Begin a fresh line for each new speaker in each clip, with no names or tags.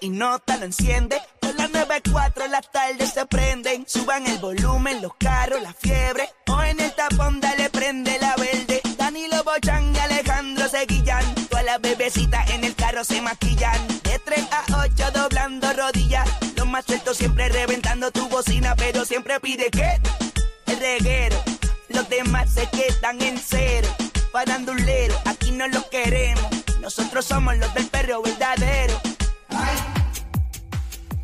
y no te lo enciende. Por las 94 las tardes se prenden. Suban el volumen, los carros, la fiebre. O en el tapón dale prende la verde. Danilo Bochan y Alejandro Seguillán. Todas las bebecitas en el carro se maquillan. De 3 a 8 doblando rodillas. Los más sueltos siempre reventando tu bocina, pero siempre pide que el reguero. Los demás se quedan en cero. Parandulero, aquí no lo queremos. Nosotros somos los del perro verdadero.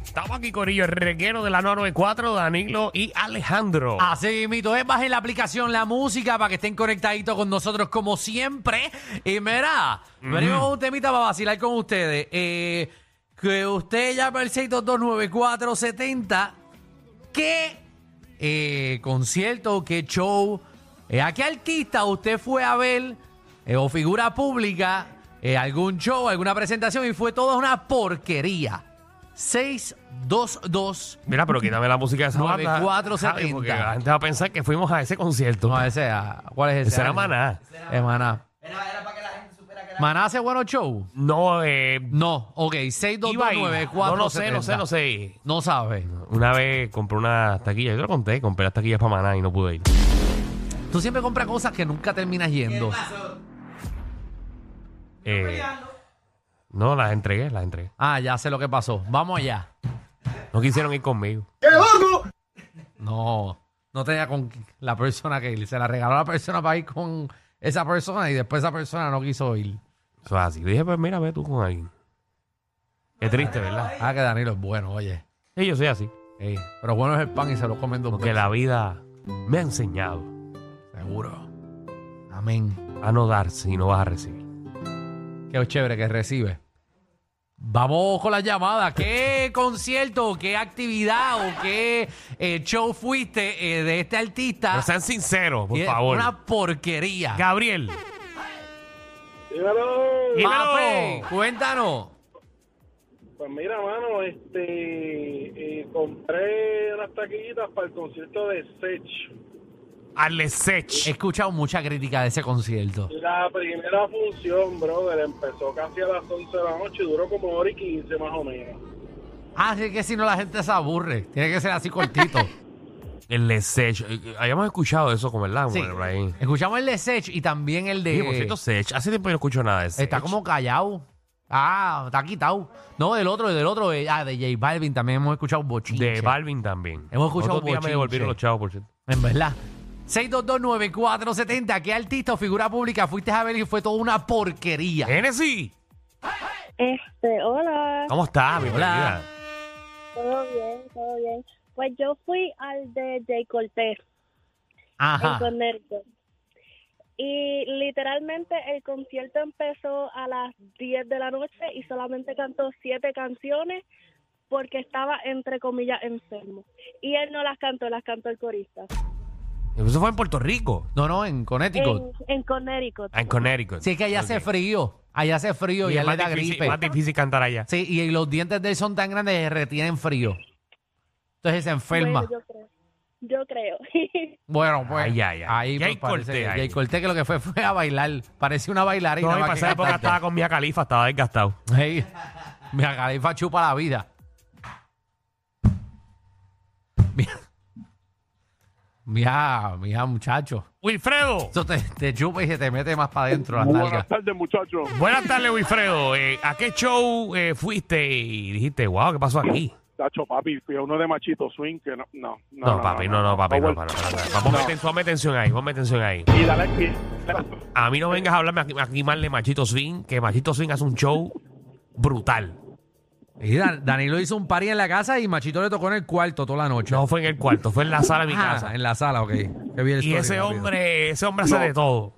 Estamos aquí, Corillo, el reguero de la 994, Danilo y Alejandro.
Así mito es, bajen la aplicación La Música para que estén conectaditos con nosotros como siempre. Y mira, venimos con un temita para vacilar con ustedes. Eh, que usted llame al 6229470. ¿Qué eh, concierto, qué show, eh, a qué artista usted fue a ver eh, o figura pública, eh, algún show, alguna presentación y fue toda una porquería? 622
Mira, pero quítame la música de esa banda,
9470.
Javi, Porque la gente va a pensar que fuimos a ese concierto.
No, ese, ah, ¿cuál es ese?
Ese era Maná.
Es Maná. ¿Maná hace buenos show?
No, eh,
No, ok,
iba a ir.
6229470.
No, no sé, no sé, no sé.
No sabe.
Una vez compré una taquilla, yo te lo conté, compré las taquillas para Maná y no pude ir.
Tú siempre compras cosas que nunca terminas yendo.
Eh, no, las entregué, las entregué.
Ah, ya sé lo que pasó. Vamos allá.
No quisieron ir conmigo.
No, no tenía con la persona que se la regaló a la persona para ir con esa persona y después esa persona no quiso ir.
Eso es así. Le dije, pues mira, ve tú con alguien. Qué triste, ¿verdad?
Ah, que Danilo es bueno, oye.
Sí, yo soy así.
Ey, pero bueno es el pan y se lo comen dos
Porque
veces.
la vida me ha enseñado
Seguro. Amén.
a no dar si no vas a recibir.
Qué chévere que recibe. Vamos con la llamada. ¿Qué concierto, qué actividad o qué eh, show fuiste eh, de este artista?
Pero sean sinceros, por
Y es
favor.
Una porquería.
Gabriel.
Dímelo.
Dímelo.
Mafe, cuéntanos.
Pues mira, mano, este, eh, compré unas taquillitas para el concierto de Sech.
Alex Sech.
He escuchado mucha crítica de ese concierto.
La primera función, brother, empezó casi a las 11 de la noche y duró como hora y 15 más o menos.
Ah, sí que si no la gente se aburre. Tiene que ser así cortito.
El Sech. Eh, Habíamos escuchado eso con verdad,
Sí.
Bueno, Brian.
Escuchamos el de Sech y también el de...
Sí, por cierto, Sech. Hace tiempo que no escucho nada de Sech.
Está como callado. Ah, está quitado. No, del otro, del otro. eh, ah, de J Balvin también hemos escuchado bochinche.
De Balvin también.
Hemos escuchado
Otro día me
bochinche.
devolvieron los chavos, por cierto.
En verdad. 6229470. ¿Qué artista o figura pública fuiste a ver y fue toda una porquería?
Eh, Genesis.
Este, hola,
¿Cómo estás, mi
Hola.
querida?
todo bien, todo bien. Pues yo fui al de Jay Cortés en
Ajá.
Connecticut. Y literalmente el concierto empezó a las 10 de la noche y solamente cantó siete canciones porque estaba entre comillas enfermo. Y él no las cantó, las cantó el corista.
Eso fue en Puerto Rico.
No, no, en Connecticut.
En, en Connecticut.
Ah, En Connecticut.
Sí, es que allá hace frío. Allá hace frío y,
es
él le
más
da
difícil,
gripe.
más difícil cantar allá.
Sí, y los dientes de él son tan grandes que retienen frío. Entonces se enferma.
Bueno, yo creo. Yo creo.
Bueno, pues.
Ay, ay, ay.
Ahí
Jay
pues, parece
Cortés,
que-
ahí.
Jay Cortés que lo que fue fue a bailar. Parecía una bailarina.
No, y
más
para
que
esa época estaba
cantante.
con Mia Califa, estaba desgastado.
Hey, Mira, Califa chupa la vida. Mira, mira, mira, muchacho.
Wilfredo.
Eso te, te chupa y se te mete más para adentro las nalgas.
Buenas tardes, muchachos.
Buenas tardes, Wilfredo. Eh, ¿A qué show eh, fuiste y dijiste, wow, qué pasó aquí?
Tacho, papi, fui a uno de Machito Swing que no, no, no.
No, papi, no, no, papi, no,
bueno.
para, para, para. Vamos, meten- ponme atención ahí, ponme atención ahí.
Y dale aquí.
A mí no vengas a hablarme aquí, aquí mal de Machito Swing, que Machito Swing hace un show brutal.
Y Dan- Danilo hizo un party en la casa y Machito le tocó en el cuarto toda la noche.
No fue en el cuarto, fue en la sala de mi
Ah,
casa.
En la sala, ok. Qué bien el
Y
story,
ese
rápido.
hombre, ese hombre hace de todo.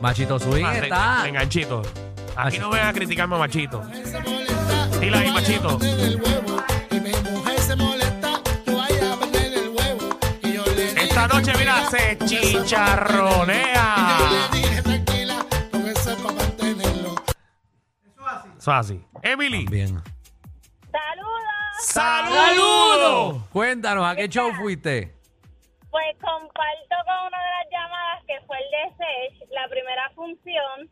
Machito Swing
Ah,
está.
en- Enganchito. Aquí no vengas a criticarme a Machito. Dile ahí, Machito. Esta noche, mira, se chicharronea. Eso es así. Emily,
Bien.
¡Saludos!
¡saludos!
Cuéntanos, ¿a qué show fuiste?
Pues comparto con una de las llamadas que fue el de Sech, la primera función,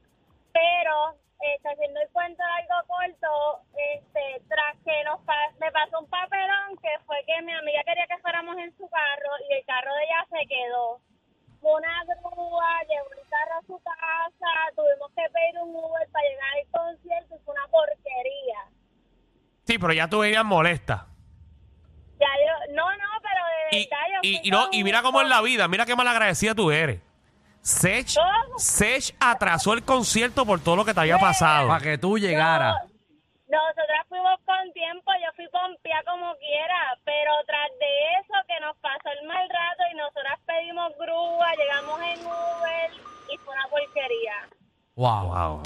pero este, haciendo el cuento algo corto, este, tras que nos pa- me pasó un papelón que fue que mi amiga quería que fuéramos en su carro y el carro de ella se quedó. Fue Una grúa, llevó el carro a su casa, tuvimos que pedir un Uber para llegar al concierto, y fue una porquería.
Sí, pero ya tú venías molesta.
Ya yo, no, no, pero de
Y,
verdad yo
y,
fui
y no,
con-
y mira cómo es la vida, mira qué mal agradecida tú eres. Sech,
¿Cómo?
Sech atrasó el concierto por todo lo que te había pasado.
Para que tú llegaras.
Nosotras fuimos con tiempo, yo fui pompía como quiera, pero tras de eso que nos pasó el mal rato y nosotras pedimos grúa, llegamos en Uber y fue una porquería.
Wow.
Wow.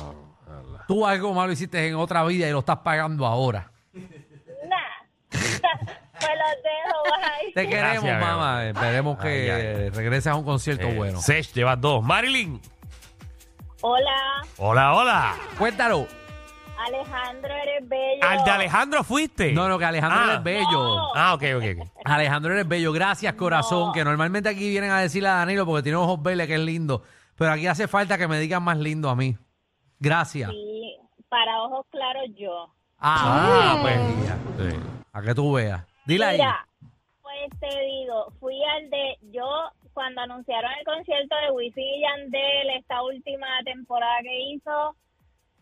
Eh,
Tú algo malo hiciste en otra vida y lo estás pagando ahora.
Nah. pues los dejo, bye.
Te
Gracias,
queremos, mamá.
bebé.
Esperemos que
Ay, ay,
regreses a un concierto
Eh,
bueno.
Sech, llevas dos. Marilyn,
Hola,
hola, hola.
Cuéntalo.
Alejandro, eres bello.
Al de Alejandro fuiste.
No, no, que Alejandro
Ah.
eres bello.
No.
Ah, ok, ok, ok.
Alejandro eres bello. Gracias, corazón. Que normalmente aquí vienen a decirle a Danilo porque tiene ojos verdes que es lindo. Pero aquí hace falta que me digan más lindo a mí. Gracias.
Sí, para ojos claros yo.
Ah, pues.
Mira. Sí.
A que tú veas. Dile ahí.
Mira, pues te digo, fui al de. Yo, cuando anunciaron el concierto de Wisin y Yandel, esta última temporada que hizo,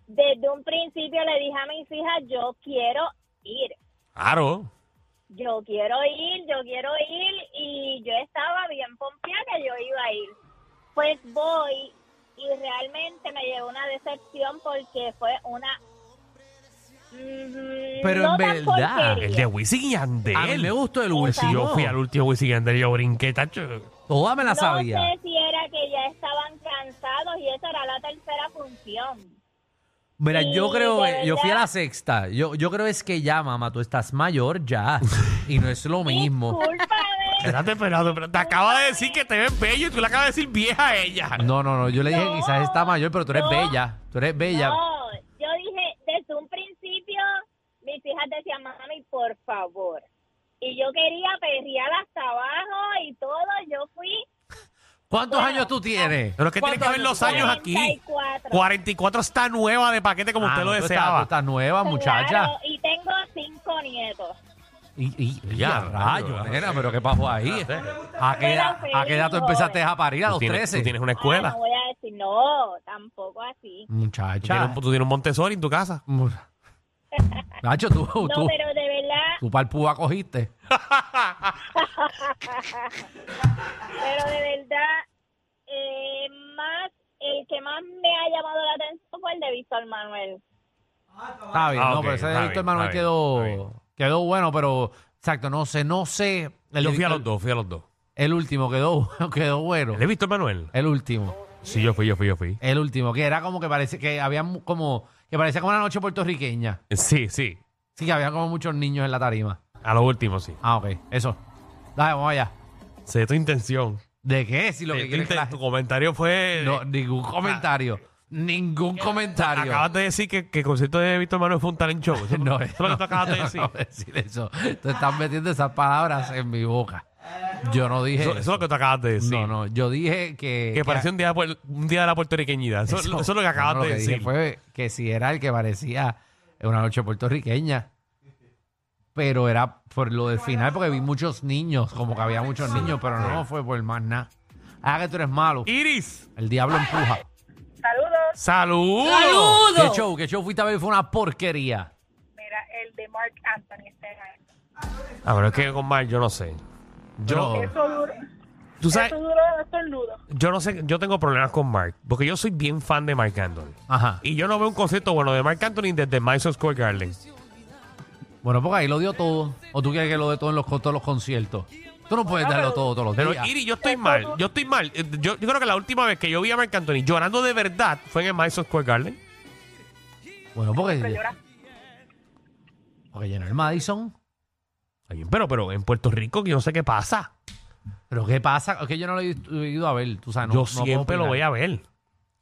desde un principio le dije a mis hijas: Yo quiero ir,
Claro.
yo quiero ir, yo quiero ir. Y yo estaba bien confiada que yo iba a ir. Pues voy y realmente me llevó una decepción porque fue una. mm,
Pero
no
en
tan
verdad,
porquería.
El de Wisin y Yandel.
A mí me gustó el
Si
último.
yo fui al último Wisin y Yandel, yo brinqué, tacho.
Toda me la
no
sabía.
sé si era que ya estaban cansados y esa era la tercera función.
Mira,
Sí,
yo creo,
de
yo fui a la
verdad.
sexta. Yo, yo creo es que ya, mamá, tú estás mayor ya. Y no es lo mismo.
Disculpa de
Espérate, espérate, espérate. Te acaba de decir que te ves bello y tú le acabas de decir vieja a ella.
No, no, no. Yo le dije que quizás está mayor, pero tú eres
No.
bella. Tú eres bella.
No, yo dije desde un principio, mis hijas decían, mami, por favor. Y yo quería perrear hasta abajo y todo. Yo fui
¿Cuántos
Bueno,
años tú tienes?
Pero es que tiene que ver los años aquí.
44.
44 está nueva de paquete como
Ah,
usted
no,
lo
tú estás-
deseaba.
tú estás nueva, muchacha.
Claro, y tengo cinco nietos.
Y, y-
Ya,
ya, rayos,
rayos,
nena, pero qué pasó ahí. ¿A qué, edad-
Pero
¿A qué edad tú
feliz,
empezaste a parir a
Tú
los
tienes, tú
13?
tienes una escuela.
Ah, no voy a decir, no, tampoco así.
Tú tienes
Muchacha.
un- tú tienes un Montessori en tu casa.
Mm. Nacho, tú,
No,
tú,
pero de verdad,
tú pa'l púa cogiste.
Pero de verdad, eh, más el que más me ha llamado la atención fue el de Víctor Manuel.
Está bien,
Ah,
no,
ok,
pero ese de
está
Víctor
bien,
Manuel
está
quedó,
bien, está bien.
quedó bueno, pero exacto, no sé, no sé. El,
Yo
de
fui a
Víctor-
los dos, fui a los dos.
el último quedó, quedó bueno.
¿Le he visto Manuel?
El último,
Sí, yo fui, yo fui, yo fui.
el último, que era como que parece que había mu- como que parecía como una noche puertorriqueña.
Sí, sí.
Sí, que había como muchos niños en la tarima.
A lo último, sí.
Ah, ok, eso. Dale, vamos allá.
Sé tu intención.
¿De qué? Si lo
Sé
que
tu,
quieres que
inten-
la-
tu comentario fue.
No, ningún comentario. Ningún comentario.
Ah. Acabas de decir que, que el concierto de Víctor Manuel fue un talent show. Eso
No,
eso es lo que tú acabas de decir.
no voy a decir eso. Tú estás metiendo esas palabras en mi boca. Yo no dije.
Eso, eso es lo que tú acabas de decir.
No, no, yo dije que.
Que parecía un día, puer- un día de la puertorriqueñidad. Eso, eso es lo que acabas
no,
de
que dije
decir.
fue que si era el que parecía una noche puertorriqueña. Pero era por lo del final, porque vi muchos niños, como que había muchos niños, pero no fue por más nada. Ah, que tú eres malo.
Iris,
El diablo empuja.
Saludos.
saludos.
¿Qué show? ¿Qué show fuiste a ver? Fue una porquería.
Mira, el de Mark Anthony este año.
Ah, pero es que con Mar, yo no sé. Yo,
Pero-
Eso duro,
tú sabes,
eso duro, esto es nudo.
yo no sé, yo tengo problemas con Mark, porque yo soy bien fan de Mark Anthony.
Ajá.
Y yo no veo un concierto bueno de Mark Anthony desde Madison Square Garden.
Bueno, porque ahí lo dio todo. ¿O tú quieres que lo dé todo en los, con- todos los conciertos? Tú no puedes darlo todo todos los
Pero
días.
Iri, yo estoy mal, yo estoy mal. Eh, Yo, yo creo que la última vez que yo vi a Mark Anthony llorando de verdad fue en el Madison Square Garden.
Bueno,
Pero
porque,
llora.
porque llenó el Madison.
Ay, Pero, pero en Puerto Rico que yo no sé qué pasa.
Pero ¿qué pasa? Es que yo no lo he ido- ido a ver. Tú sabes, no,
yo
no puedo
siempre lo
opinar.
voy a ver.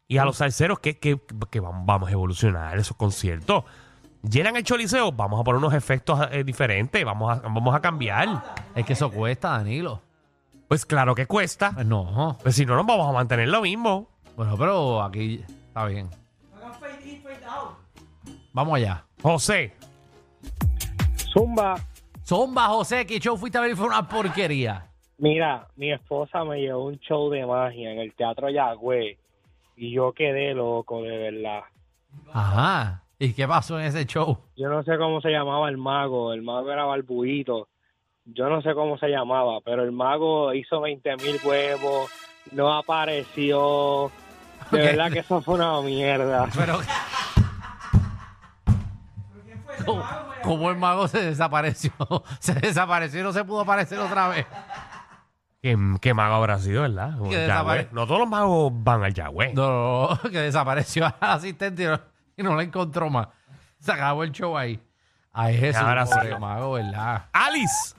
Y a los salseros que, que, que vamos, vamos a evolucionar esos conciertos. Llenan el choliseo, vamos a poner unos efectos eh, diferentes, vamos a, vamos a cambiar.
Es que eso cuesta, Danilo.
Pues claro que cuesta.
Pues no.
Pues si no, nos vamos a mantener lo mismo.
Bueno, pero aquí está bien. Vamos allá.
José.
Zumba,
Zumba, José, ¿qué show fuiste a ver? y Fue una porquería.
mira, mi esposa me llevó un show de magia en el Teatro Yagüe y yo quedé loco, de verdad.
Ajá. ¿Y qué pasó en ese show?
Yo no sé cómo se llamaba el mago, el mago era Balbuito, yo no sé cómo se llamaba, pero el mago hizo 20 mil huevos, no apareció. De
Ok.
verdad que eso fue una mierda.
Pero. ¿Cómo, cómo el mago se desapareció? Se desapareció y no se pudo aparecer otra vez.
¿Qué, qué mago habrá sido, verdad? O Yahweh.
Que desapare-
No todos los magos van al Yahweh.
No, no, no, que desapareció al asistente y no, y no la encontró más. Se acabó el show ahí. Ay, Jesús,
ahora sí.
pobre mago, ¿verdad?
Alice.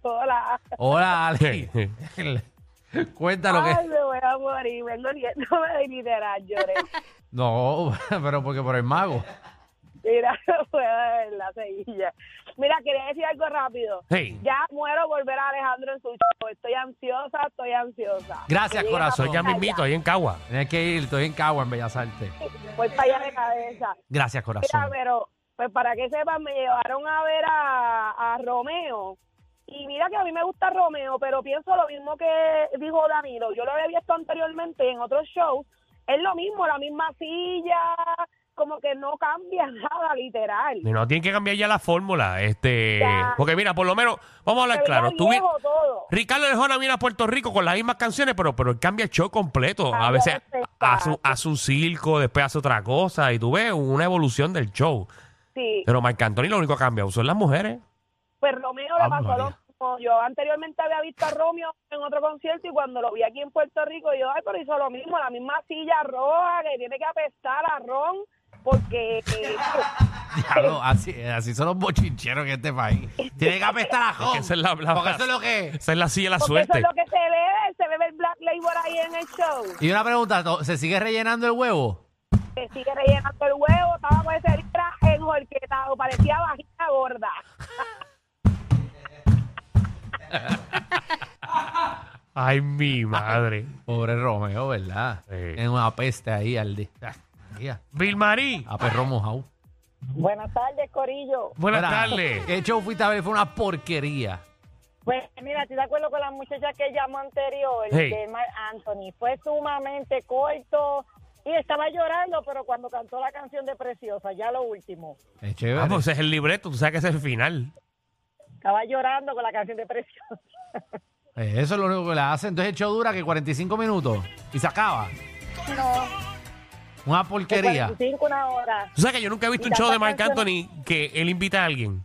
Hola.
Hola, Ale. Cuéntalo
Ay,
Ah, que...
me voy a morir. Vengo riéndome de literal, lloré.
No, pero porque por el mago.
Mira, no puedo de verdad seguilla. Mira, quería decir algo rápido.
Hey.
Ya muero volver a Alejandro en su show. Estoy ansiosa, estoy ansiosa.
Gracias,
Llega
corazón.
Soy ya mismito ahí en Cagua.
Tienes que ir, estoy en Cagua, en Bellas Artes.
Voy para allá de cabeza.
Gracias,
Mira,
corazón.
pero pues para que sepan, me llevaron a ver a, a Romeo. Y mira que a mí me gusta Romeo, pero pienso lo mismo que dijo Danilo. Yo lo había visto anteriormente en otros shows. Es lo mismo, la misma silla, como que no cambia nada, literal.
No, tienen que cambiar ya la fórmula. Este,
Ya.
porque mira, por lo menos, vamos a hablar
Se
claro.
veía
Tú vi-
viejo todo.
Ricardo Arjona viene a Puerto Rico con las mismas canciones, pero, pero él cambia el show completo. A
Cambia
veces
de
hace, un-
espectáculo.
hace un circo, después hace otra cosa, y tú ves una evolución del show.
Sí.
Pero Marc Anthony lo único que ha cambiado son las mujeres.
Pues Romeo le
Ave
pasó lo
María.
mismo. Yo anteriormente había visto a Romeo en otro concierto y cuando lo vi aquí en Puerto Rico, yo, ay, pero hizo lo mismo, la misma silla roja que tiene que apestar a Ron porque... eh,
Diablo, así, así son los bochincheros en este país. Tiene que apestar a
Porque
Jon,
esa es la- la-
porque eso es lo que es.
Esa es la silla de la
Porque eso
suerte.
es lo que se bebe, se bebe el Black Label ahí en el show.
Y una pregunta, ¿no- ¿se sigue rellenando el huevo?
Que sigue rellenando el huevo, estaba con ese libra enjorquetado, parecía vagina gorda.
Ay, mi madre.
Pobre Romeo, ¿verdad?
Sí.
En una peste ahí al día.
Vilmarí,
A perro mojado.
Buenas tardes, Corillo.
buenas
Mira,
tardes.
¿Qué show fuiste a ver? Fue una porquería.
Pues mira, estoy de acuerdo con la muchacha que llamó anterior,
Hey.
de Mark Anthony. Fue sumamente corto y estaba llorando, pero cuando cantó la canción de Preciosa, ya lo último,
Es chévere.
Ah, pues ese es el libreto, tú sabes que ese es el final.
estaba llorando con la canción de Preciosa.
Eh, Eso es lo único que le hacen. Entonces el show dura que 45 minutos y se acaba. Una
De
porquería.
45 una hora.
Tú sabes que yo nunca he visto
Y
un show de
tantas
Marc Anthony que él invita a alguien.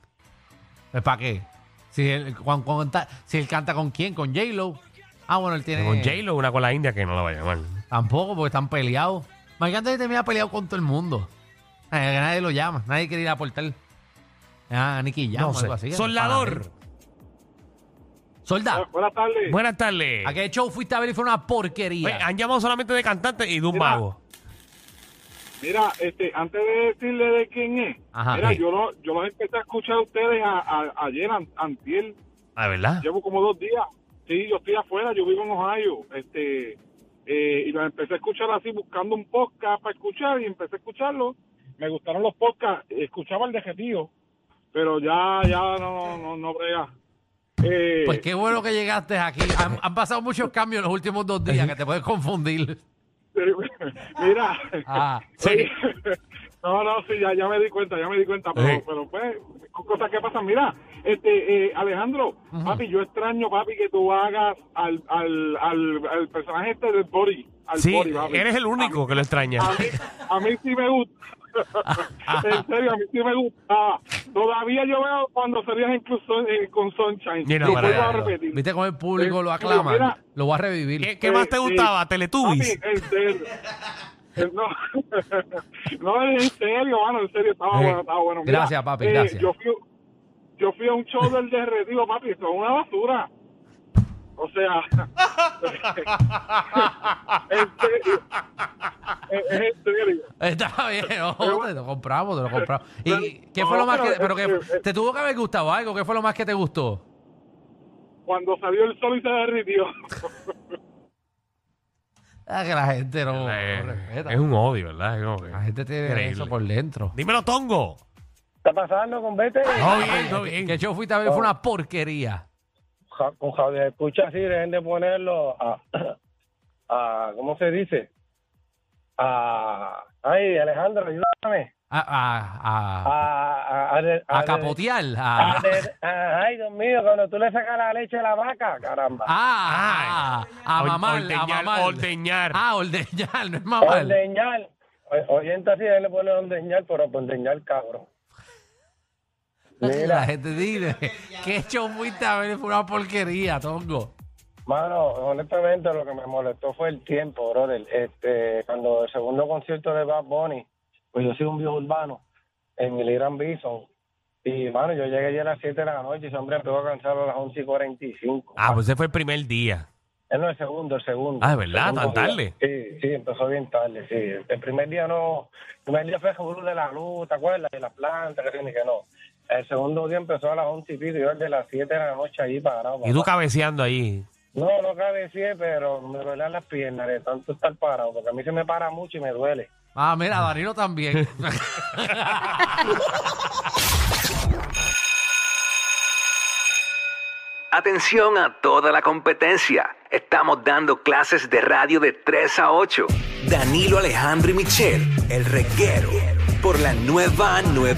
¿Pues para qué? Si él, cuan- cuanta- si él canta con quién, con J-Lo. Ah, bueno, él tiene.
Con J-Lo, una con la India que no la va a llamar.
Tampoco, porque están peleados. Marc Anthony termina peleado con todo el mundo. Eh, nadie lo llama, nadie quiere ir a aportar. Ah, Nicky llama,
No sé.
algo así.
Soldador.
Soldado.
Buenas tardes.
Buenas tardes.
¿A qué show fuiste a ver y fue una porquería?
Oye, han llamado solamente de cantantes y de un
Mira.
mago.
Mira, este, antes de decirle de quién es,
Ajá.
mira,
Sí.
yo, lo, yo los empecé a escuchar a ustedes a- a- ayer, an- antier.
Ah, ¿verdad?
Llevo como dos días. Sí, yo estoy afuera, yo vivo en Ohio. Este, eh, y los empecé a escuchar así, buscando un podcast para escuchar, y empecé a escucharlo. Me gustaron los podcasts, escuchaba el de Getío, pero ya, ya, no, no, no brega. Eh,
Pues qué bueno que llegaste aquí. Han, han pasado muchos cambios en los últimos dos días que te puedes confundir.
Mira,
Ah,
Sí.
no, no, sí, ya, ya me di cuenta, ya me di cuenta, pero,
Sí.
pero pues, co- cosas que pasan. Mira, este, eh, Alejandro, papi, yo extraño, papi, que tú hagas al, al, al, al personaje este del Body. Al
Sí,
Body, papi.
eres el único que lo extraña.
A mí, a mí sí me gusta. en serio, a mí sí me gusta. Todavía yo veo cuando salías en Club Sun- eh, con Sunshine.
Mira,
Lo
para
vuelvo a
allá,
repetir.
Viste cómo el público lo
Mira,
aclama.
mira.
Lo va a revivir.
¿Qué, qué más te
Eh,
gustaba?
eh,
¿Teletubbies?
Papi, en serio. Eh, No, no, en serio, mano, en serio, estaba
Eh,
bueno, estaba ah, bueno. eh,
gracias, papi, gracias.
Yo fui, yo fui a un show del derretido, papi, eso es una basura. O sea, en serio. Eh, Es, en serio.
Está bien, no, te lo compramos, te lo compramos. ¿Y
Pero-
qué fue lo más que.?
no,
Pero
eh,
que
eh,
te tuvo que haber gustado algo. ¿Qué fue lo más que te gustó?
Cuando salió el sol y se derritió.
Ah, que la gente no,
Eh,
no respeta.
es un odio, ¿verdad? Es como que-
La gente tiene
Increíble.
eso por dentro.
Dímelo, Tongo.
¿Está pasando con Vete?
Todo bien, todo
Ah, Que-
bien.
Que yo fui también fue una porquería.
Ja- con Javier Escucha así, dejen de ponerlo a, a ¿cómo se dice? A, ay, Alejandro, ayúdame.
A, a, a,
A, a, a,
a capotear. a-
a- a- ay, Dios mío, cuando tú le sacas la leche a la vaca, caramba.
Ah, ah, a
Or-
mamar, a
ordeñar,
mamar.
ordeñar.
Ah, ordeñar, no es mamar.
Ondeñar. O- Oyente así, dejen de poner ondeñar, pero ondeñar, cabrón.
La
Mira,
gente dice que show muy también fue una porquería, tongo.
mano, honestamente lo que me molestó fue el tiempo, brother. Este, cuando el segundo concierto de Bad Bunny, pues yo soy un viejo urbano en el Gran Bison. Y, mano, yo llegué ayer a las 7 de la noche y ese hombre empezó a cansar a las 11 y 45.
Ah, pues ese fue el primer día.
Eh, no, el segundo, el segundo.
Ah, ¿de verdad?
El segundo
¿Tan
día. Sí, sí, empezó bien tarde, sí. El primer día no, el primer día fue seguro de la luz, ¿te acuerdas? De las plantas, que tiene que no. El segundo día empezó a las once y pico, y yo de las siete de la noche ahí parado.
Y tú
papá.
cabeceando ahí.
No, no cabeceé, pero me duelen las piernas de tanto estar parado, porque a mí se me para mucho y me duele.
Ah, mira, Danilo también.
Atención a toda la competencia. Estamos dando clases de radio de 3 a 8. Danilo Alejandro y Michel, el reguero, por la nueva 9.